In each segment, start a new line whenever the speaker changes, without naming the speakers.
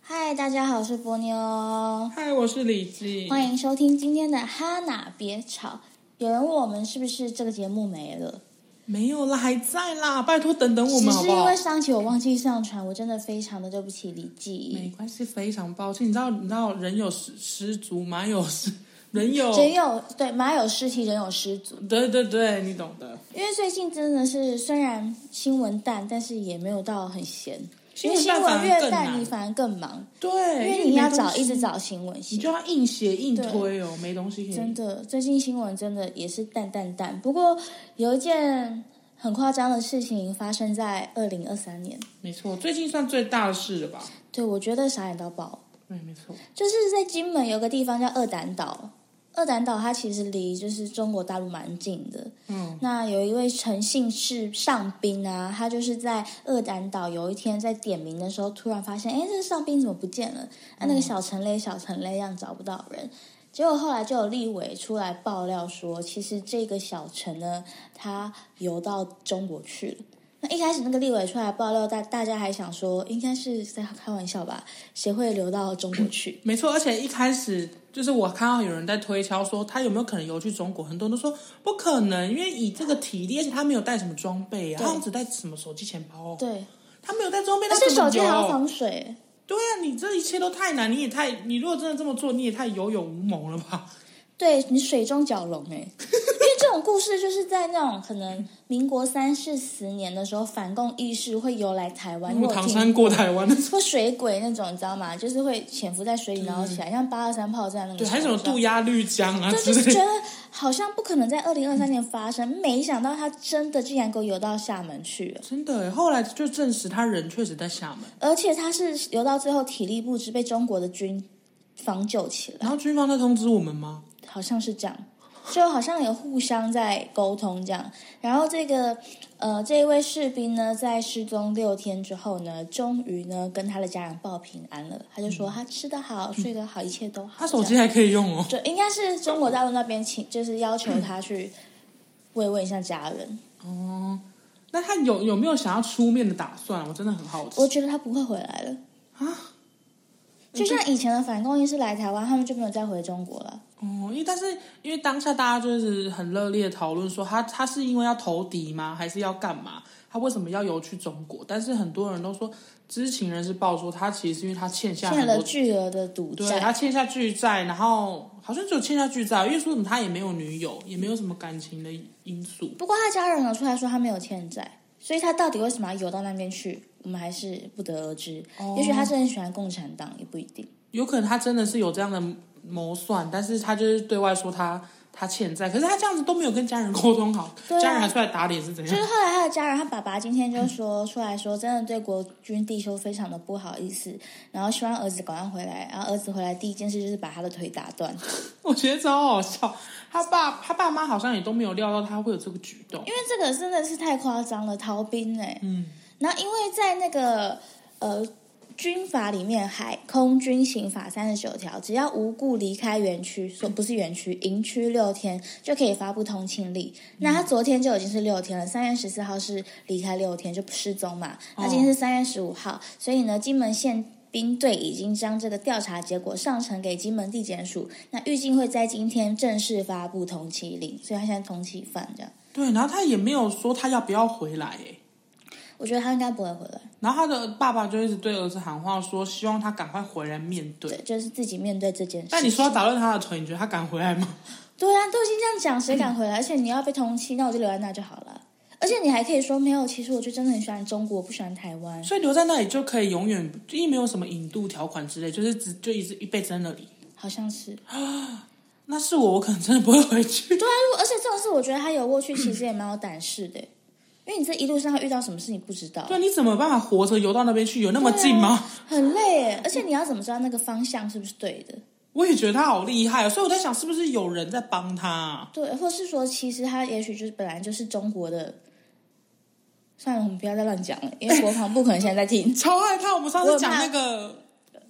嗨，大家好，我是波妞，
嗨，我是李记。
欢迎收听今天的哈娜别吵。有人问我们是不是这个节目没了？
没有啦，还在啦，拜托等等我
只
们好
是
不
因
好
为？上期我忘记上传，我真的非常的对不起李
没
记。
关系，非常抱歉。你知道，你知道人有失失足，马有 失，人有，
人有对马有失蹄，人有失足。
对对对，你懂的。
因为最近真的是虽然新闻淡，但是也没有到很闲。因为新
新闻淡
闻
反而
越
更
淡，
难
你反而更忙，因
对，
为
为
你
没
要
东
找
西
一直，找新闻
你
写。
就要硬写硬推哦，没东西可以。
真的，最近新闻真的也是淡淡淡。不过有一件很夸张的事情发生在二零二三年，
没错，最近算最大的事了吧？
对我觉得傻眼到爆。
对，没错。
就是在金门有个地方叫二胆岛，二胆岛它其实离就是中国大陆蛮近的。
嗯，
那有一位陈姓是上宾啊，他就是在二胆岛有一天在点名的时候，突然发现，哎，这个上宾怎么不见了？啊，那个小陈雷，小陈雷，这样找不到人。结果后来就有立委出来爆料说，其实这个小陈呢，他游到中国去了。那一开始那个立委出来爆料，大大家还想说，应该是在开玩笑吧？谁会流到中国去？
没错。而且一开始就是我看到有人在推敲说他有没有可能游去中国，很多人都说不可能，因为以这个体力，而且他没有带什么装备啊，
对
他好像只带什么手机、钱包哦。
对，
他没有带装备，
而
他
且
怎么
手机还要
游？
防水。
对啊，你这一切都太难，你也太，你如果真的这么做，你也太有勇无谋了吧？
对你水中蛟龙 哎、因为这种故事就是在那种可能民国三四十年的时候，反共意识会游来台湾，
如
或
果唐山过台湾，
或水鬼那种，你知道吗？就是会潜伏在水里，然后起来，像八二三炮战那个。
嗯对，还有什么渡？鸦绿江啊
对，
之
就是
类
觉
的。
得好像不可能在二零二三年发生，没想到他真的竟然给我游到厦门去了，
真的耶，后来就证实他人确实在厦门，
而且他是游到最后体力不支，被中国的军防救起来
然，后军方在通知我们吗？
好像是这样，就好像有互相在沟通这样。然后这个呃，这一位士兵呢，在失踪六天之后呢，终于呢跟他的家人报平安了。他就说他吃得好，睡得好，一切都好。
他手
这
机
样
还可以用哦。
就应该是中国大陆那边请，就是要求他去慰问一下家人。
嗯那他有有没有想要出面的打算？我真的很好奇
我。觉得他不会回来了。
啊，
就像以前的反共意识来台湾，他们就没有再回中国了。
哦，因为但是因为当下大家就是很热烈地讨论说他他是因为要投敌吗，还是要干嘛？他为什么要游去中国？但是很多人都说，知情人士报说他其实是因为他欠下
欠
很
了
多，
巨额的赌
啊对
债，
他欠下巨债，然后好像只有欠下巨债，因为说什么他也没有女友，也没有什么感情的因素。
不过他家人有出来说他没有欠债，所以他到底为什么要游到那边去，我们还是不得而知。也许他是很喜欢共产党，也不一定。
有可能他真的是有这样的谋算，但是他就是对外说他他欠债，可是他这样子都没有跟家人沟通好，
对啊
家人还出来打脸是怎
就
样
是？后来他的家人，他爸爸今天就说出来说，真的对国军弟兄非常的不好意思，然后希望儿子赶快回来。然后儿子回来第一件事就是把他的腿打断，
我觉得超好笑。他爸他爸妈好像也都没有料到他会有这个举动
因，为这个真的是太夸张了，逃兵哎、
嗯，
然后因为在那个呃军法里面，《海空军刑法》三十九条，只要无故离开园区，说不是园区，营区六天就可以发布通缉令。那他昨天就已经是六天了，三月十四号是离开六天就失踪嘛，那今天是三月十五号，所以呢，金门县。兵队已经将这个调查结果上呈给金门地检署，那预计会在今天正式发布通缉令，所以他现在通缉犯这样，
对，然后他也没有说他要不要回来、欸，
我觉得他应该不会回来。
然后他的爸爸就一直对儿子喊话说，希望他赶快回来面对。
对，就是自己面对这件事。
但你说要打断他的腿，你觉得他敢回来吗？
对啊，都已经这样讲，谁敢回来？而且你要被通缉，那我就留在那就好了。而且你还可以说没有，其实我就真的很喜欢中国，我不喜欢台湾。
所以留在那里就可以永远，因为没有什么引渡条款之类，就是只就一直一辈子在那里。
好像是对啊，啊
那是我，我可能真的不会回去。
如果而且这种事，我觉得他有过去，其实也蛮有胆识的，因为你这一路上会遇到什么事你不知道，
对，你怎么有办法活着游到那边去？有那么近吗？
很累耶。而且你要怎么知道那个方向是不是对的？
我也觉得他好厉害、哦，所以我在想，是不是有人在帮他啊、。
对，或是说，其实他也许就是本来就是中国的。算了，我们不要再乱讲了，因为国防部可能现在在听
超害怕！我们上
我
次
很
讲
怕
那个，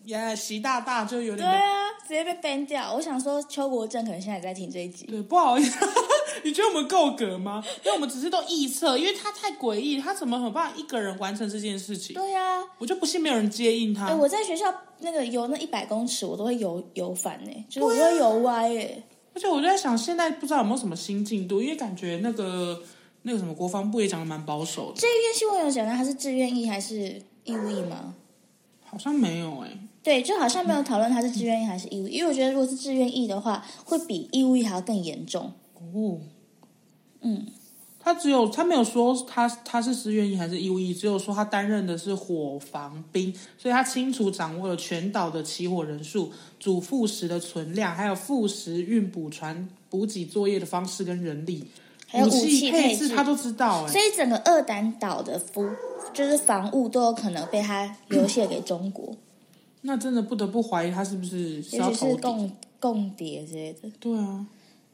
耶，习大大就有
对
点
啊，直接被 ban 掉。我想说，邱国正可能现在也在听这一集。
对不好意思， 你觉得我们够格吗？因为我们只是都臆测，因为他太诡异，他怎么很办法一个人完成这件事情？
对呀、
我就不信没有人接应他。
哎、我在学校那个游那一百公尺，我都会游游反呢、就是我都会游歪哎、
而且我就在想，现在不知道有没有什么新进度，因为感觉那个那个什么国防部也讲的蛮保守的，
这一篇新闻有讲到他是自愿意还是义务役吗？
好像没有哎、
对，就好像没有讨论他是自愿意还是义务役，因为我觉得如果是自愿意的话，会比义务役还要更严重。
哦，嗯，他只有他没有说他他是自愿役还是义务役，只有说他担任的是火防兵，所以他清楚掌握了全岛的起火人数、主副食的存量，还有副食运补船补给作业的方式跟人力，
还有武
器
器
配
配
置
置
他都知道哎、
所以整个二胆岛的服就是防务都有可能被他流血给中国，
那真的不得不怀疑他是不是是要
尤其是
投敌？
共共谍之类的。
对啊，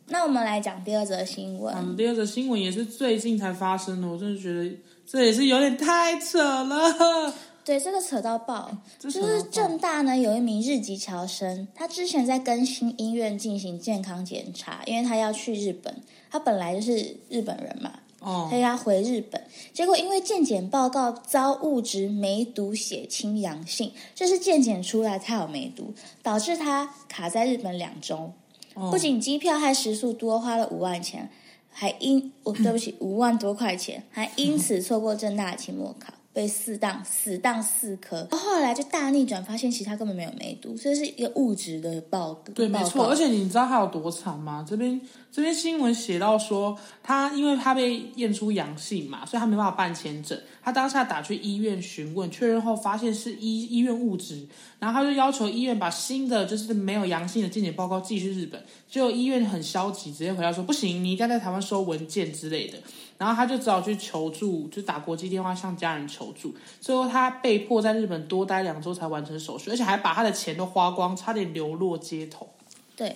那我们来讲第二则新闻，
嗯，第二则新闻也是最近才发生的，我真的觉得这也是有点太扯了。
对，这个扯到爆，
这扯
就
到
是
爆
正大呢有一名日籍侨生，他之前在更新医院进行健康检查，因为他要去日本，他本来就是日本人嘛，
哦
所以他回日本，结果因为健检报告遭物质梅毒血清阳性，就是健检出来他有梅毒，导致他卡在日本两周，
哦
不仅机票和食宿多花了五万钱，还因我、对不起五万多块钱，还因此错过正大的期末考，被四档死档四科。后来就大逆转，发现其实他根本没有梅毒，所以是一个物质的报告。
对，没
报
错。
告
而且你知道他有多惨吗？这边这边新闻写到说，他因为他被验出阳性嘛，所以他没办法办签证。他当下打去医院询问，确认后发现是医医院误植，然后他就要求医院把新的就是没有阳性的健检报告寄去日本。结果医院很消极，直接回答说不行，你应该在台湾收文件之类的。然后他就只好去求助，就打国际电话向家人求助。最后他被迫在日本多待两周才完成手续，而且还把他的钱都花光，差点流落街头。
对，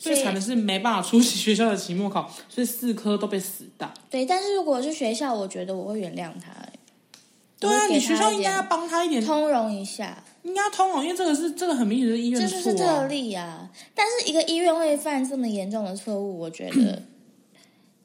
所
最
以
惨的是没办法出席学校的期末考，所以四科都被死档。
对，但是如果是学校，我觉得我会原谅他，
对啊，
我会给
你学
他
校
一
应该要
点
帮他一点，
通融一下。
应该要通融，因为这个是这个很明显是医院
这
的
就是
错、
特
啊。
例啊！但是一个医院会犯这么严重的错误，我觉得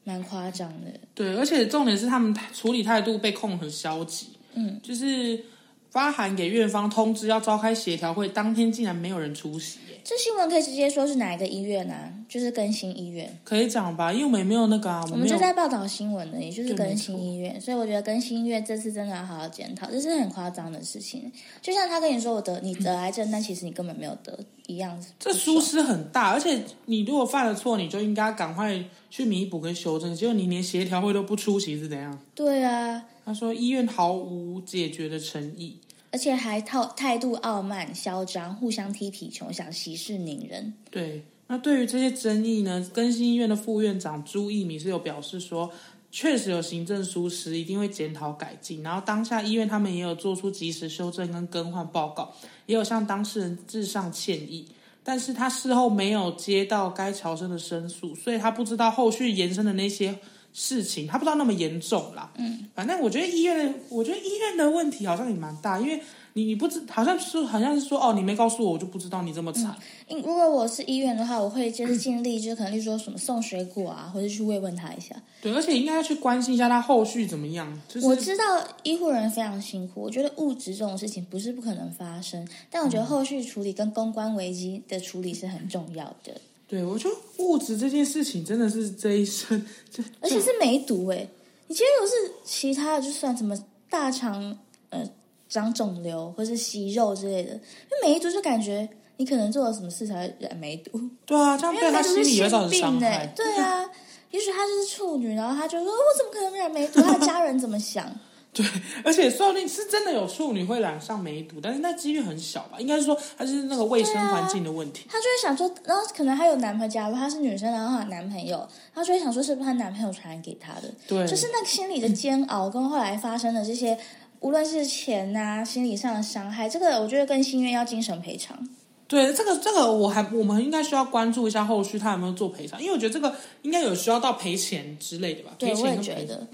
蛮夸张的。
对，而且重点是他们处理态度被控很消极。嗯，就是发函给院方通知要召开协调会，当天竟然没有人出席、耶
这新闻可以直接说是哪一个医院啊？就是更新医院，
可以讲吧？因为我们也没有那个啊，
我
我们
们
没
就
有。
在报道新闻的，也就是
对没
更新医院。所以我觉得更新医院这次真的要好好检讨，这是很夸张的事情。就像他跟你说我得你得癌症，但其实你根本没有得一样。
这疏失很大，而且你如果犯了错，你就应该赶快去弥补跟修正。结果你连协调会都不出席是怎样？
对啊，
他说医院毫无解决的诚意。
而且还套态度傲慢、嚣张，互相踢皮球，想息事宁人。
对，那对于这些争议呢，更新医院的副院长朱义米是有表示说，确实有行政疏失，一定会检讨改进。然后当下医院他们也有做出及时修正跟更换报告，也有向当事人致上歉意。但是他事后没有接到该侨生的申诉，所以他不知道后续延伸的那些事情，他不知道那么严重啦。嗯，反正我觉得医院的，我觉得医院的问题好像也蛮大，因为你你不知，好像是好像是说哦，你没告诉我，我就不知道你这么惨。
因如果我是医院的话，我会就是尽力，就可能例如说什么送水果啊，或者去慰问他一下。
对，而且应该要去关心一下他后续怎么样。就是
我知道医护人员非常辛苦，我觉得物质这种事情不是不可能发生，但我
嗯
觉得后续处理跟公关危机的处理是很重要的，
对我觉得物质这件事情真的是这一生，这
而且是梅毒诶、你今天如果是其他的，就算什么大肠呃长肿瘤或是息肉之类的，因为梅毒就感觉你可能做了什么事才会染梅毒，
对啊，这样
因
对
为
他
梅毒
心
是
理也
性
会造成伤
病诶、
害。
对啊。也许她就是处女，然后她就说：“哦我怎么可能染梅毒？”她的家人怎么想？
而且说不定是真的有处女会染上梅毒，但是那几率很小吧？应该是说它是那个卫生
对啊
环境的问题。
她就会想说，然后可能她有男朋友，假如她是女生，然后她有男朋友，她就会想说是不是她男朋友传染给她的，
对，
就是那个心理的煎熬，跟后来发生的这些，无论是钱呐、心理上的伤害，这个我觉得跟心愿要精神赔偿。
对啊这个这个我还我们应该需要关注一下后续他有没有做赔偿，因为我觉得这个应该有需要到赔钱之类的吧？
对，
赔
我
钱
也
跟
觉
赔
得，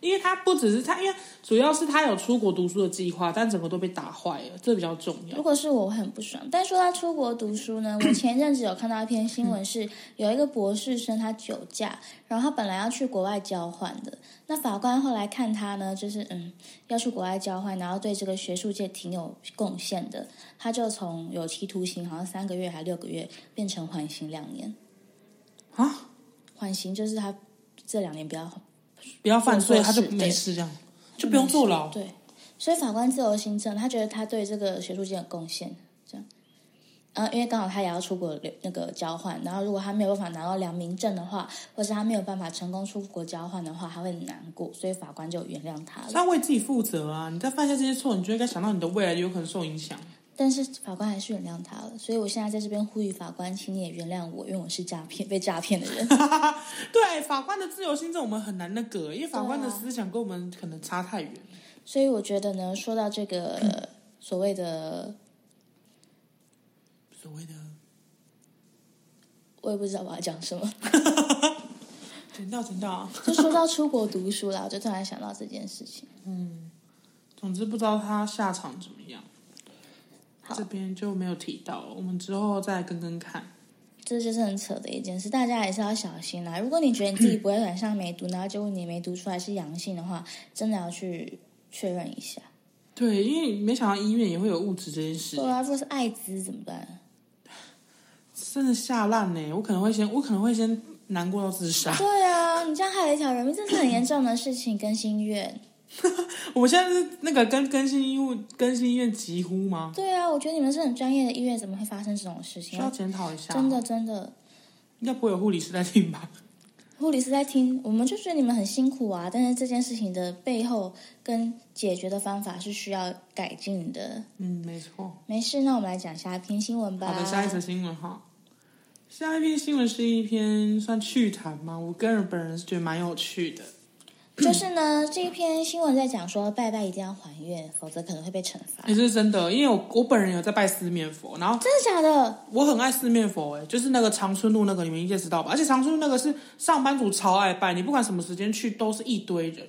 因为他不只是他，因为主要是他有出国读书的计划，但整个都被打坏了，这比较重要
如。果是我，我会很不爽。但说到出国读书呢，我前一阵子有看到一篇新闻是，有一个博士生他酒驾，然后他本来要去国外交换的。那法官后来看他呢，就是嗯，要去国外交换，然后对这个学术界挺有贡献的，他就从有期徒刑好像三个月还六个月，变成缓刑两年。
啊！
缓刑就是他这两年不要
不要犯罪，
做
他
错
就
事
没事，这样就不用坐牢。
嗯对，所以法官自由行政，他觉得他对这个学术界有贡献，这样。呃，因为刚好他也要出国留那个交换，然后如果他没有办法拿到良民证的话，或是他没有办法成功出国交换的话，他会很难过，所以法官就原谅他了。
他为自己负责啊！你再犯下这些错，你就应该想到你的未来有可能受影响。
但是法官还是原谅他了，所以我现在在这边呼吁法官，请你也原谅我，因为我是诈骗被诈骗的人。
对，法官的自由心证我们很难那个，因为法官的
对啊
思想跟我们可能差太远。
所以我觉得呢，说到这个、呃所谓的，
所谓的，
我也不知道我要讲什么。
剪掉剪掉。
就说到出国读书啦，我就突然想到这件事情。
总之不知道他下场怎么样，
好
这边就没有提到了，我们之后再跟跟看。
这就是很扯的一件事，大家也是要小心啦。如果你觉得你自己不会染上梅毒，然后结果你梅毒出来是阳性的话，真的要去确认一下。
对，因为没想到医院也会有物质这件事
对，啊，如果是艾滋怎么办？
真的吓烂呢、我可能会先，我可能会先难过到自杀。
对啊，你这样害了一条人命，这是很严重的事情。跟心愿，
我们现在是那个跟更新医务更新医院疾呼吗？
对啊，我觉得你们是很专业的医院，怎么会发生这种事
需
情
要？检讨一下。
真，的真的，
应该不会有护理师在听吧？
护理师在听，我们就觉得你们很辛苦啊，但是这件事情的背后跟解决的方法是需要改进的。
嗯，没错。
没事，那我们来讲下一篇新闻吧。
好的，下一则新闻哈。下一篇新闻是一篇算趣谈吗？我个人本人是觉得蛮有趣的。
就是呢，这一篇新闻在讲说拜拜一定要还愿，否则可能会被惩罚。
也、这是真的，因为我我本人有在拜四面佛，然后
真的假的？
我很爱四面佛、欸，哎，就是那个长春路那个，你们应该知道吧？而且长春路那个是上班族超爱拜，你不管什么时间去都是一堆人，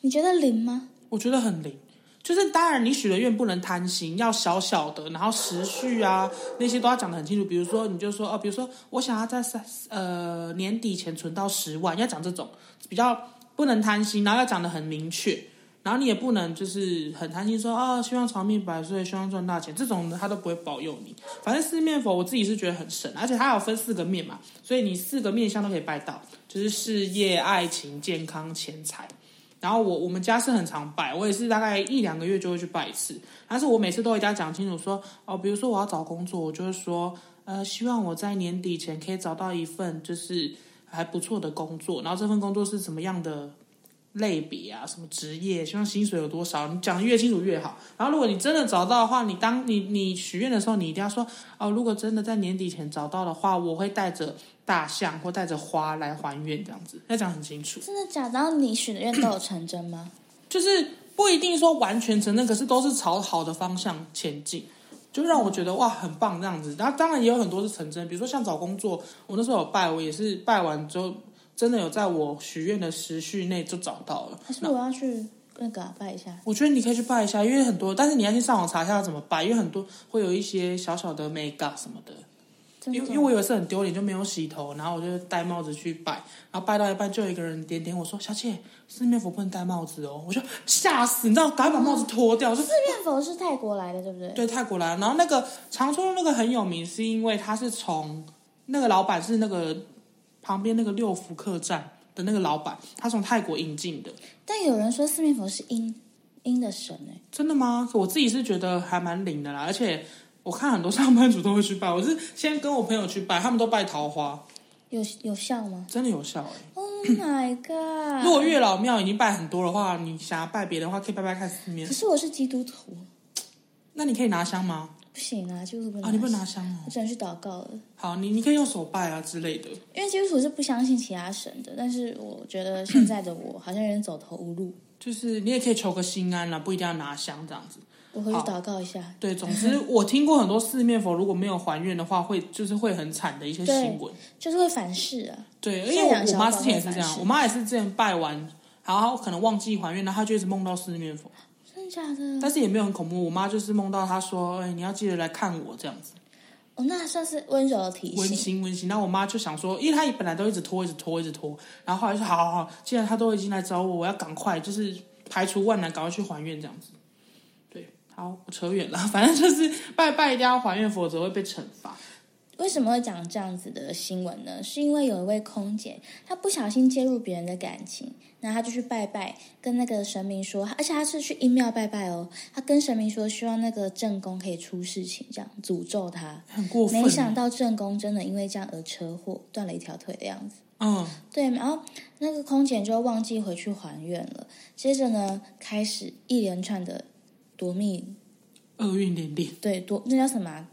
你觉得灵吗？
我觉得很灵。就是当然，你许的愿不能贪心，要小小的，然后时序啊那些都要讲得很清楚。比如说，你就说哦，比如说我想要在三呃年底前存到十万，要讲这种比较不能贪心，然后要讲得很明确。然后你也不能就是很贪心说哦，希望长命百岁，希望赚大钱，这种的他都不会保佑你。反正四面佛我自己是觉得很神，而且它有分四个面嘛，所以你四个面相都可以拜到，就是事业、爱情、健康、钱财。然后我我们家是很常拜，我也是大概一两个月就会去拜一次，但是我每次都会跟他讲清楚说，哦，比如说我要找工作，我就会说，呃，希望我在年底前可以找到一份就是呃还不错的工作，然后这份工作是怎么样的类别啊，什么职业，希望薪水有多少，你讲的越清楚越好。然后如果你真的找到的话，你当你你许愿的时候，你一定要说，哦，如果真的在年底前找到的话，我会带着大象或带着花来还愿，这样子要讲得很清楚。
真的假的？然后你许的愿都有成真吗？
就是不一定说完全承认，可是都是朝好的方向前进，就让我觉得哇很棒这样子。然后当然也有很多是成真，比如说像找工作，我那时候有拜，我也是拜完之后，真的有在我许愿的时序内就找到了。
还是我要去那个啊、拜一下？
我觉得你可以去拜一下，因为很多，但是你要去上网查一下要怎么拜，因为很多会有一些小小的 make up 什么的。
真
因为因
的
为我有一次很丢脸，就没有洗头，然后我就戴帽子去拜，然后拜到一半，就有一个人点点我说：“小姐，四面佛不能戴帽子哦。”我就吓死，你知道，赶快把帽子脱掉。我说
四面佛是泰国来的，对不对？
对泰国来，然后那个长春路那个很有名，是因为他是从那个老板是那个旁边那个六福客栈的那个老板，他从泰国引进的。
但有人说四面佛是阴阴的神哎、
真的吗？我自己是觉得还蛮灵的啦，而且我看很多上班族都会去拜，我是先跟我朋友去拜，他们都拜桃花，
有有效吗
真的有效哎、
？Oh my god！
如果月老庙已经拜很多的话，你想要拜别的话，可以拜拜看四面
可。是我是基督徒，
那你可以拿香吗？
不行啊，基督徒不能
啊，你不能拿香哦。
我只能去祷告了。
好，你你可以用手拜啊之类的。
因为基督徒是不相信其他神的，但是我觉得现在的我好像有点走投无路，
就是你也可以求个心安啦，不一定要拿香这样子。
我回去
好
祷告一下。
对，总之我听过很多四面佛如果没有还愿的话，会就是会很惨的一些新闻。
就是会反噬啊。
对，因
信
为
仰
我我
小
妈
宝
之前
会
也是
反
这样，
噬
我妈也是之前拜完，然后可能忘记还愿，然后他就一直梦到四面佛，
真的假的？
但是也没有很恐怖。我妈就是梦到她说：“哎，你要记得来看我这样子。”
哦，那算是温柔的提
温
醒。
馨温馨。那我妈就想说，因为她本来都一直拖，一直拖，一直拖，然后后来就说好好好，既然她都已经来找我，我要赶快就是排除万难，赶快去还愿这样子。对，好，我扯远了，反正就是拜拜一定要还愿，否则会被惩罚。
为什么会讲这样子的新闻呢？是因为有一位空姐，她不小心介入别人的感情，然后她就去拜拜，跟那个神明说，而且她是去阴庙拜拜哦，她跟神明说希望那个正宫可以出事情，这样诅咒她。
很过分。啊
没想，到正宫真的因为这样而车祸，断了一条腿的样子。
嗯，
对，然后那个空姐就忘记回去还愿了。接着呢，开始一连串的夺命，
厄运连连，
对夺那叫什么啊、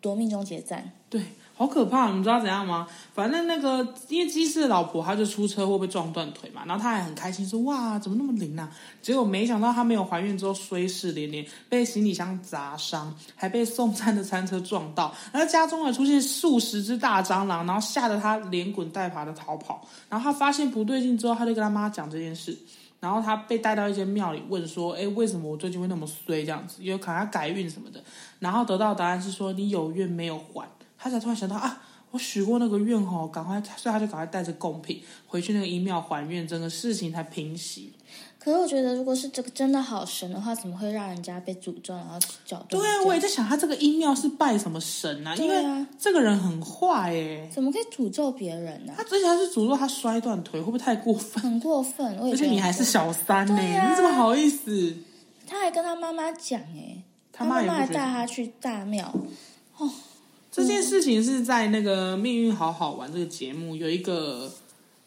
夺命终结战。
对，好可怕。你知道怎样吗？反正那个因为鸡翅的老婆，她就出车祸被撞断腿嘛，然后她还很开心说：“哇，怎么那么灵啊？”结果没想到她没有怀孕之后衰事连连，被行李箱砸伤，还被送餐的餐车撞到，然后家中还出现数十只大蟑螂，然后吓得她连滚带爬的逃跑。然后她发现不对劲之后，她就跟她妈讲这件事。然后她被带到一间庙里，问说：“哎，为什么我最近会那么衰这样子？有可能她改运什么的。”然后得到的答案是说：“你有愿没有还。”她才突然想到啊，我许过那个愿哦，赶快，所以她就赶快带着贡品回去那个一庙还愿，整个事情才平息。
可是我觉得，如果是这个真的好神的话，怎么会让人家被诅咒然后搅动这
对
样？
啊，我也在想，他这个阴庙是拜什么神啊？因
对
为
啊，
这个人很坏哎、
怎么可以诅咒别人呢、
他之前还是诅咒他摔断腿，会不会太过分？
很过分，我也
而且
觉得
你还
很
是小三呢、
对啊
你怎么好意思？
过分，他还跟他妈妈讲哎、
他
妈
妈也
还
不
带
觉得。
他去大庙，
这件事情是在那个《命运好好玩》这个节目有一个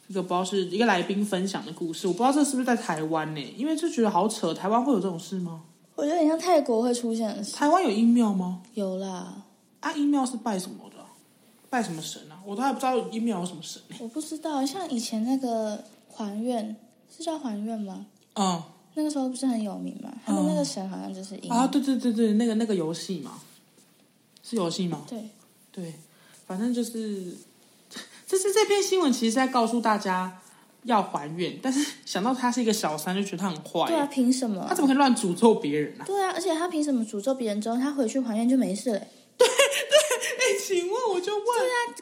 一个不知道是一个来宾分享的故事，我不知道这是不是在台湾呢、因为就觉得好扯，台湾会有这种事吗？
我觉得很像泰国会出现的事。
台湾有阴庙吗？
有啦，
啊，阴庙是拜什么的啊？拜什么神啊？我都还不知道阴庙有什么神、欸。
我不知道，像以前那个还愿是叫还愿吗？
嗯。
那个时候不是很有名嘛？他们那个神好像就是因、
啊，对对对对，那个那个游戏嘛，是游戏吗？
对，
对，反正就是， 这是这篇新闻其实在告诉大家要还愿，但是想到他是一个小三，就觉得他很坏
对啊，
耶，
凭什么
他？怎么可以乱诅咒别人啊？
对啊，而且他凭什么诅咒别人之后，他回去还愿就没事了、
哎，请问我就问，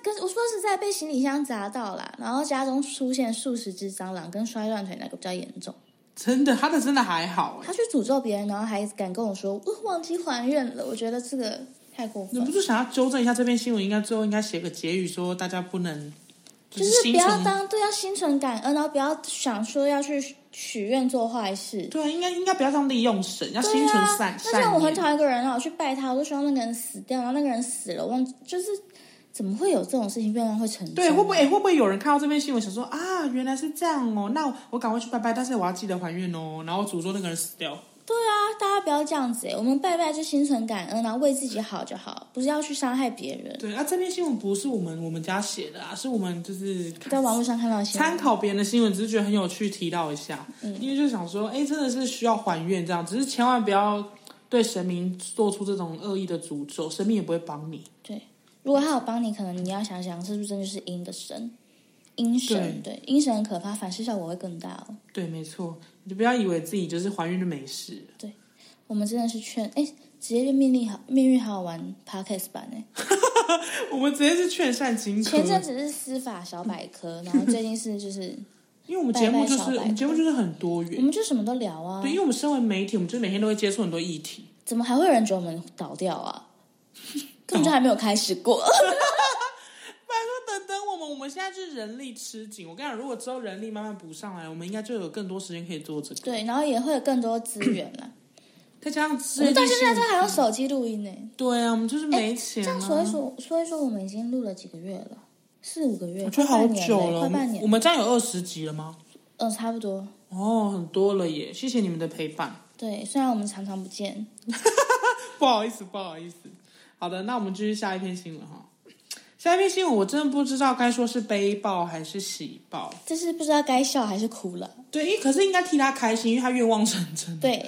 可是我说实在，被行李箱砸到啦，然后家中出现数十只蟑螂，跟摔断腿那个比较严重。
真的，他的真的还好哎，
他去诅咒别人，然后还敢跟我说、呃忘记还愿了，我觉得这个太过
你
分
不
了。
是想要纠正一下这篇新闻？应该最后应该写个结语，说大家不能就
就是不
心
要
存。
当对，要心存感恩，然后不要想说要去许许愿做坏事。
对啊，应该应该不要这样利用神，要心存善、
啊那
善
像我很
念。
讨厌一个人，然后我去拜他，我就希望那个人死掉，然后那个人死了，我忘记就是怎么会有这种事情，愿望会成真？
对，会不会、诶会不会有人看到这篇新闻，想说啊，原来是这样哦，那我我赶快去拜拜，但是我要记得还愿哦，然后诅咒那个人死掉。
对啊，大家不要这样子哎，我们拜拜就心存感恩，然后为自己好就好，不是要去伤害别人。
对，啊，这篇新闻不是我们我们家写的啊，是我们就是
在网络上看到新
参
闻，
考别人的新闻，只是觉得很有趣，提到一下，
嗯
因为就想说，哎，真的是需要还愿这样，只是千万不要对神明做出这种恶意的诅咒，神明也不会帮你。
如果他有帮你，可能你要想想是不是真的是阴的神，阴神对阴神很可怕，反噬效果会更大哦。
对，没错，你就不要以为自己就是还愿就没事。
我们真的是劝哎，直接就命令好命运好好玩 podcast 版哎。
我们直接是劝善行科，
前阵子是司法小百科，然后最近是就是
因为我们节目
拜拜
就是
小白
我们节目就是很多元
我。们就什么都聊啊
对，，因为我们身为媒体，我们就是每天都会接触很多议题。
怎么还会有人觉得我们倒掉 啊？根本就还没有开始过。
那等等我们，我们现在就是人力吃紧。我跟你讲，如果之后人力慢慢补上来，我们应该就有更多时间可以做这个。
对，然后也会有更多资源
哦
啦。
再加上
我
最
们到
近
现在
是
都还用手机录音呢、
对啊，我们就是没
这
钱、啊。
样所以说，所以说我们已经录了几个月了，四五个月，
我觉得
快
好
半年
久了，
快
我
半
们我
年，
们这样有二十集了吗？
嗯、差不多。
哦，很多了耶！谢谢你们的陪伴，
对，虽然我们常常不见，
不好意思，不好意思。好的，那我们继续下一篇新闻哈。下一篇新闻我真的不知道该说是悲报还是喜报。
这是不知道该笑还是哭了。
对，因为可是应该替他开心，因为他愿望成真。
对，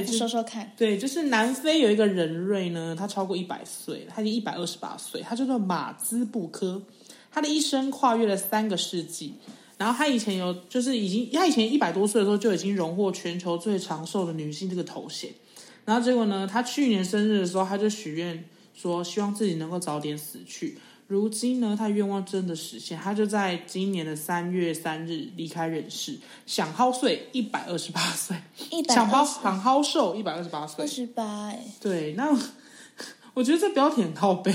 你要
就
说说看，
对，就是南非有一个人瑞呢，他超过一百岁了，他已经一百二十八岁，他叫做马兹布科，他的一生跨越了三个世纪。然后她以前有，就是已经她以前一百多岁的时候就已经荣获全球最长寿的女性这个头衔。然后结果呢，她去年生日的时候，她就许愿说希望自己能够早点死去。如今呢，她愿望真的实现，她就在今年的三月三日离开人世，享蒿岁一百二十八岁，
一百
享蒿享蒿寿一百二十八岁
二。十八，哎，
对，那我觉得这标题很靠背。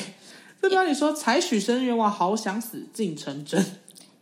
这标题说“采许生愿望，好想死，竟成真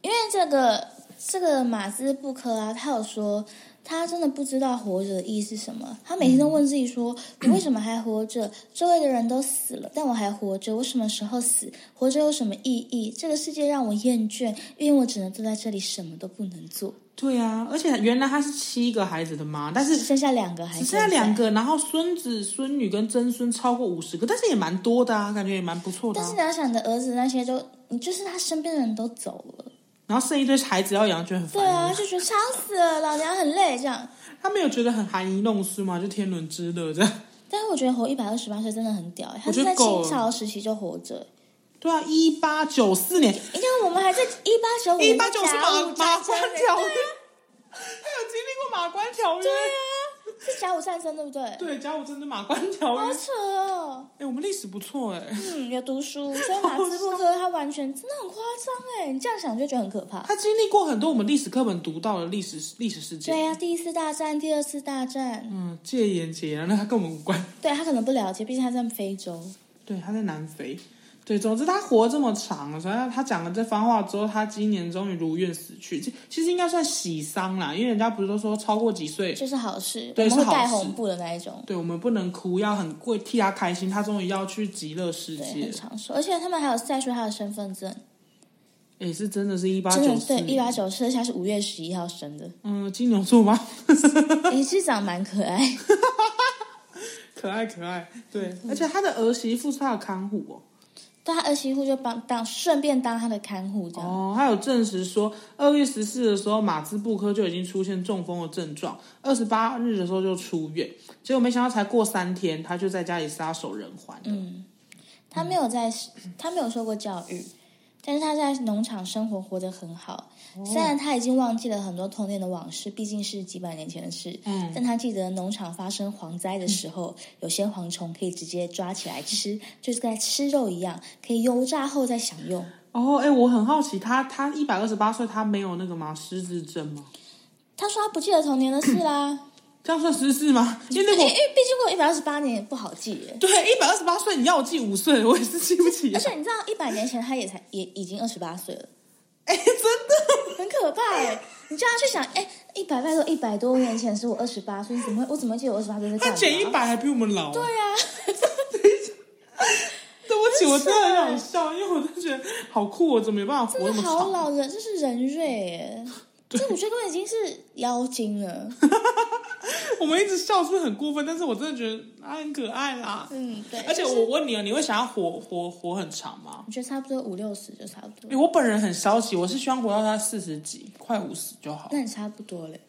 因为这个这个马斯布克啊，他有说他真的不知道活着的意义是什么。他每天都问自己说：“ 我为什么还活着？周围的人都死了，但我还活着，我什么时候死？活着有什么意义？这个世界让我厌倦，因为我只能坐在这里，什么都不能做。””
对啊，而且原来她是七个孩子的妈，但
只
是
剩下两个孩
只
子，
剩下两。个，然后孙子、孙女跟曾孙超过五十个，但是也蛮多的啊，感觉也蛮不错的、
但是
啊
你。要想，你的儿子那些就你就是他身边的人都走了，
然后剩一堆孩子要养，觉得很
对
烦
啊，
人。
就觉得伤死了，老娘很累这样。
他没有觉得很含饴弄孙嘛，就天伦之乐这样。
但是我觉得活一百二十八岁真的很屌、欸，他
我觉
是
得
在
够
清
了
朝时期就活着、
对啊，一八九四年，
你看，我们还在一八九五
一八九是马马
马
关条约，
啊
他有经历过马关条约。对啊，
是甲午战争对不对？
对，啊甲午战争马关条约
好。扯哦，
哎、我们历史不错哎、
嗯，有读书，所以马斯布克他完全真的很夸张哎，你这样想就觉得很可 怕。
他经历过很多我们历史课本读到的历史历史事
对
件。
呀、第一次大战、第二次大战，
嗯，戒严节啊，那他跟我们无关。
对他可能不了解，毕竟他在非洲。
对，他在南非。对，总之他活这么长了，所以他他讲了这番话之后，他今年终于如愿死去。其其实应该算喜丧啦，因为人家不是都说超过几岁，
就是好事，
对
我们会
是好
带
事
红布的那一种，
对我们不能哭，要很贵替他开心。他终于要去极乐世
对，很
界，
常说。而且他们还有晒出他的身份证，
也哎是真的是一八
真
九
的
四
对，一八九四，而且他是五月十一号生 的，
嗯，金牛座吗？
诶，其实长得蛮可爱。
可爱可爱，对，
嗯
而且他的儿媳妇是他的看护哦。
对他儿媳妇就帮当顺便当他的看护这样。
哦，他有证实说，二月十四的时候，马兹布科就已经出现中风的症状，二十八日的时候就出院，结果没想到才过三天，他就在家里撒手人寰了。
嗯，他没有在，他没有受过教育，
嗯
但是他在农场生活活得很好。
哦
虽然他已经忘记了很多童年的往事，毕竟是几百年前的事，
嗯
但他记得农场发生蝗灾的时候，有些蝗虫可以直接抓起来吃，就是在吃肉一样，可以油炸后再享用。
哦，哎、我很好奇，他他一百二十八岁，他没有那个吗？失智症吗？
他说他不记得童年的事啦，
这样算失智吗？因为
因为
那
因
我
为毕竟过一百二十八年也不好记耶。
对一百二十八岁，你要我记五岁，我也是记不起啊
而
来。
且你知道，一百年前他也才也已经二十八岁了。
哎、 真的，
很可怕哎、你叫他去想，哎、一百拜托，一百多年前是我二十八岁，你怎么会我怎么会记得我二十八岁在干
他
嘛？
减一百还比我们老。对
对啊，
对不起，我真的很想笑，因为我都觉得好酷，我怎么没办法活
这
那么
好
长？
老人，这是人瑞 哎、这我觉得根本已经是妖精了。
我们一直笑是不是很过分？但是我真的觉得他很可爱啦。
嗯，对。
而且
就是
我问你哦，你会想要活活活很长吗？欸
我觉得差不多五六十就差不多
诶，我本人很消极，我是希望活到他四十几，快五十就好。
那你差不多嘞。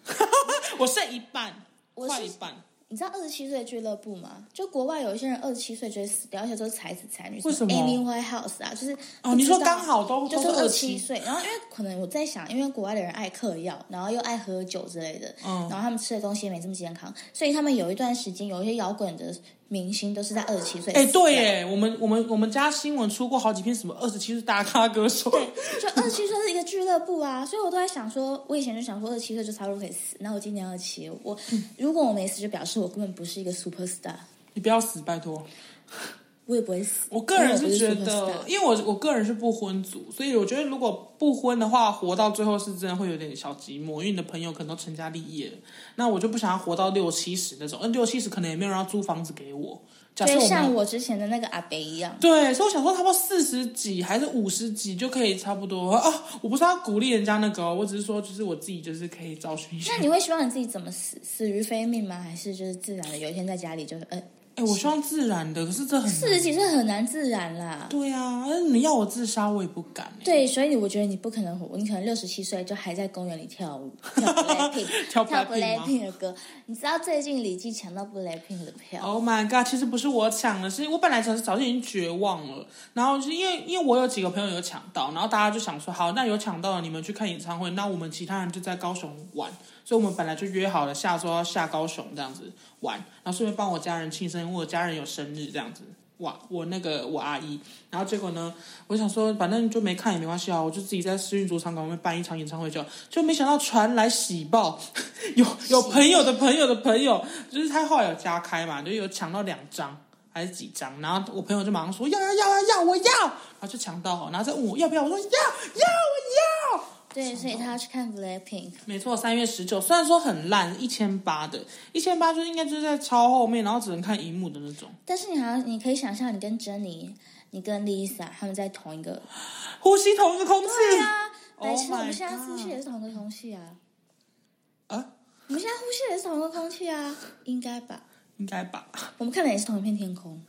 我剩一半，
我
快
是
一半。
你知道二十七岁俱乐部吗？就国外有一些人二十七岁就会死掉，而且都是才子才女，
为什么
Amy Winehouse 啊，就是
哦
不
你
知
说
道
刚好都
就
都是
二
27
岁，然后因为可能我在想，因为国外的人爱嗑药，然后又爱喝酒之类的，
嗯
然后他们吃的东西也没这么健康，所以他们有一段时间有一些摇滚的明星都是在二十七岁，
哎、对，耶，我们我们我们家新闻出过好几篇什么二十七岁大咖歌手，
对，就二十七岁是一个俱乐部啊，所以我都在想说，我以前就想说二十七岁就差不多可以死，那我今年二七，我
嗯
如果我没死，就表示我根本不是一个 super star，
你不要死，拜托。
我也不会死。
我个人
因为我不是
是觉
superstar
得，因为我我个人是不婚族，所以我觉得如果不婚的话，活到最后是真的会有点小寂寞，因为你的朋友可能都成家立业了，那我就不想要活到六七十那种，那嗯六七十可能也没有人要租房子给我。假设
就
我
像
们
我之前的那个阿北一样，
对，所以我想说，差不多四十几还是五十几就可以差不多啊、我不是要鼓励人家那个哦、我只是说，就是我自己就是可以找寻一下
那。你会希望你自己怎么死？死于非命吗？还是就是自然的有一天在家里就是，呃，
哎、哎，我希望自然的，可是这很
四十几岁很难自然啦。
对啊，你要我自杀我也不敢。
对，所以我觉得你不可能，你可能六十七岁就还在公园里跳舞，跳 Blackpink，
跳 Blackpink 吗
Blackpink 的歌。你知道最近李记抢到 Blackpink 的票
Oh my god！其实不是我抢的，是我本来早早就已经绝望了，然后是因为因为我有几个朋友有抢到，然后大家就想说，好，那有抢到的你们去看演唱会，那我们其他人就在高雄玩，所以我们本来就约好了下周要下高雄这样子玩，然后顺便帮我家人庆生，因为我家人有生日这样子。哇，我那个我阿姨，然后结果呢，我想说反正就没看也没关系啊，我就自己在世运主场馆外面办一场演唱会就好，就没想到传来喜报， 有有朋友的朋友的朋友，就是他后来有加开嘛，就有抢到两张还是几张，然后我朋友就马上说要要要要要我要，然后就抢到，然后再问我要不要，我说要要我要。
对，所以他要去看 Blackpink。
没错，三月十九，虽然说很烂，一千八的，一千八就应该就是在超后面，然后只能看荧幕的那种。
但是你好像，你可以想象，你跟珍妮，你跟 Lisa 他们在同一个，
呼吸同一个空气。
对啊，
Oh
白痴，我
my
们现在呼吸
God
也是同一个空气啊，
啊，
我们现在呼吸也是同一个空气啊，应该吧？
应该吧，
我们看的也是同一片天空。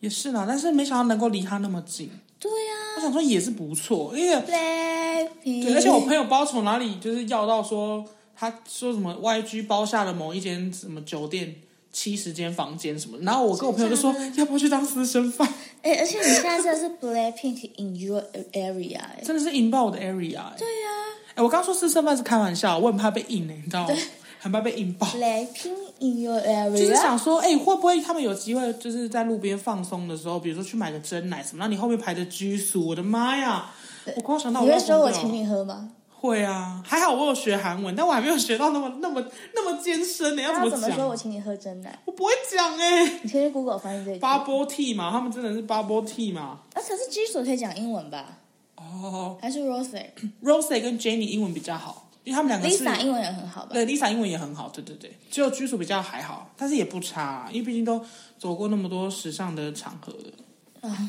也是啦，但是没想到能够离他那么近，
对
我
呀、
想说也是不错，因为
b l a c k p i n
对，
k
而且我朋友包从哪里就是要到说，他说什么 YG 包下了某一间什么酒店七十间房间什么，然后我跟我朋友就说
真的假
要不要去当私 生饭，
哎、而且你现在真的是 Blackpink in your area，哎、
真的是引爆我的 area 哎、
对呀、
哎我刚说私生饭是开玩笑，我很怕被引呢、你知道吗？很怕被引爆。
b l a c k p i n k in your
就是
area，
想说，哎、会不会他们有机会，就是在路边放松的时候，比如说去买个真奶什么，让你后面排的拘束，我的妈呀！我光想到我
你会
要
说我
疯掉
请你喝吗？
会啊，还好我有学韩文，但我还没有学到那么那么那么艰深呢、要
那要
怎么
怎么
讲？
说我请你喝真奶？
我不会讲哎、
你先去 Google 翻译这一句。啊，
bubble tea 嘛，他们真的是 bubble tea 嘛。
可是居所可以讲英文吧？
哦、
还是 Rosie？Lisa
r o s e 跟 Jenny 英文比较好，因为他们两个是
英文也很好吧？
嗯对 Lisa 英文也很好，对对对，只有居所比较还好，但是也不差、啊因为毕竟都走过那么多时尚的场合了。
啊，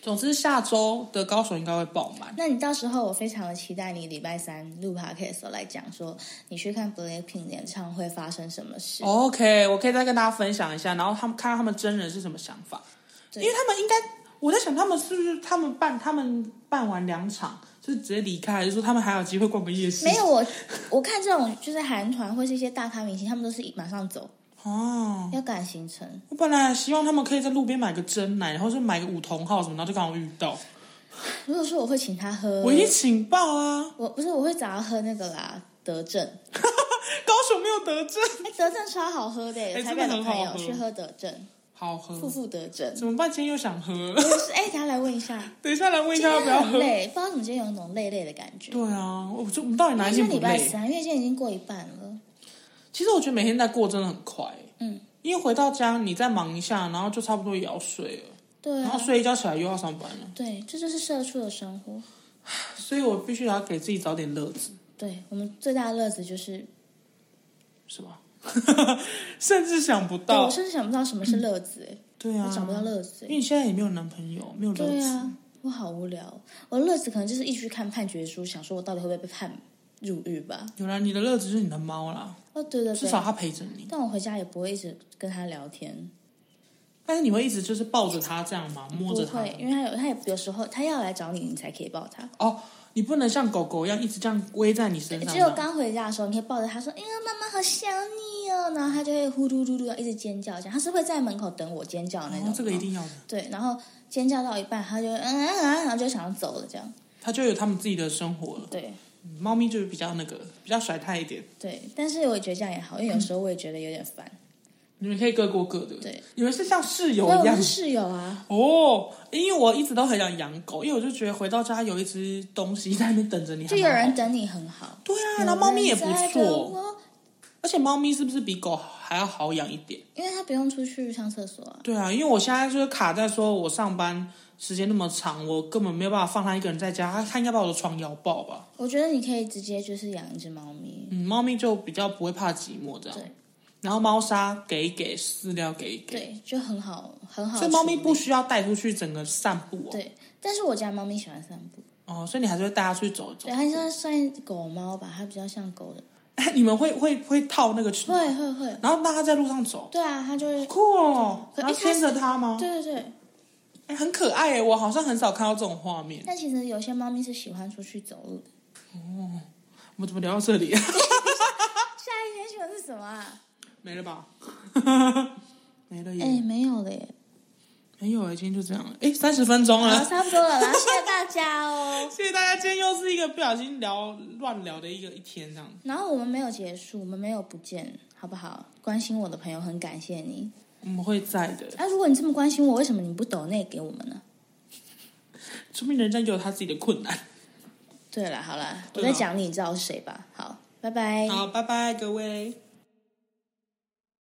总之，下周的高手应该会爆满。
那你到时候我非常的期待你礼拜三录 podcast 的时候来讲说你去看 Blackpink 演唱会发生什么事。
哦 OK，我可以再跟大家分享一下，然后他们看看他们真人是什么想法，因
对
为他们应该，我在想他们是不是他们办他们办完两场就是直接离开，还是说他们还有机会逛个夜市？
没有我，我看这种就是韩团或是一些大咖明星，他们都是马上走，
哦，
要赶行程。
我本来希望他们可以在路边买个真奶，然后是买个五同号什么，然后就刚好遇到，
如果说我会请他喝，
我一定请爆啊！
我不是我会找他喝那个啦，德政，
高手没有得证，
哎，德政超好喝的，有台北
哎真的
的朋
很好
友
喝
去喝德政，
好
富
喝，
富德政。
怎么办？今天又想喝，
就是哎，等一下来问一下，
等一下 来问一
今
下
天
要不要
很
喝。
累，不知道怎么今天有一种累累的感觉。
对啊，我就我们到底哪一
因
天
为
不
礼拜
累？
三，因为今天已经过一半了。
其实我觉得每天在过真的很快、
嗯，
因为回到家你再忙一下，然后就差不多也要睡了，
对
然后
啊，
睡一觉起来又要上班了，
对，这就是社畜的生活。
所以我必须要给自己找点乐子，
对我们最大的乐子就是，
是吧？ 甚至想不
对
到
我，甚至想不到什么是乐子，哎、
对啊
我，找不到乐子
因
哎。
为你现在也没有男朋友，没有乐
对
子，
啊，我好无聊。我的乐子可能就是一直去看判决书，想说我到底会不会被判入狱吧。
有啦，你的乐子是你的猫啦，
哦，对对
至
对
少。它陪着你，
但我回家也不会一直跟他聊天，
但是你会一直就是抱着它这样吗？摸
不
着它
会，因为他有他也有时候他要来找你，你才可以抱他。
哦，你不能像狗狗一样一直这样偎在你身上
只
这
有
样，
刚回家的时候，你可以抱着他说：“哎呀，妈妈好想你哦。”然后他就会呼噜噜噜一直尖叫，这样他是会在门口等我尖叫的那种。
哦，这个一定要的，
对，然后尖叫到一半，他就嗯嗯嗯，然后就想要走了这样。
它就有它们自己的生活了。
对
猫咪就是比较那个，比较甩太一点。
对，但是我也觉得这样也好，因为有时候我也觉得有点烦。
你们可以各过各的。
对，
你们是像室友
因为
一
我
样
们是室友啊，
哦。因为我一直都很想养狗，因为我就觉得回到家有一只东西在那边等着你，
就
还
有
蛮好
人等你很好。
对啊，然后猫咪也不
有人在等
错，
我，
而且猫咪是不是比狗还要好养一点？
因为他不用出去上厕所啊。
对啊，因为我现在就是卡在说我上班时间那么长，我根本没有办法放它一个人在家，它它应该把我的床摇爆吧？
我觉得你可以直接就是养一只猫咪，
嗯，猫咪就比较不会怕寂寞这样。
对
然后猫砂给一给，饲料给一给，
对，就很好很好处
所
理。
以猫咪不需要带出去整个散步哦。
对，但是我家猫咪喜欢散步。
哦，所以你还是会带它出去走一走
对，。它像算狗猫吧，它比较像狗的。
哎， 你们会会会套那个裙，
会会会，
然后让他在路上走，
对啊，他就会，
酷哦！
可
然后
一开
牵
始
着他吗？
对对对。
哎，很可爱哎，我好像很少看到这种画面。
但其实有些猫咪是喜欢出去走路的。
我们怎么聊到这里？
下一篇新闻是什么啊？
没了吧？ 没了
哎、
耶，
没有了耶，
没有哎，今天就这样了。哎，三十分钟
好，
了，
差不多了啦，谢谢大家哦。
谢谢大家。今天又是一个不小心聊乱聊的一个一天这样。
然后我们没有结束，我们没有不见，好不好？关心我的朋友很感谢你。啊
我们会在的，
那、如果你这么关心我，为什么你不抖内给我们呢？
说明人家有他自己的困难。
对了，好了，我
对啊
在讲你，你知道是谁吧？好，拜拜。
好，拜拜各位。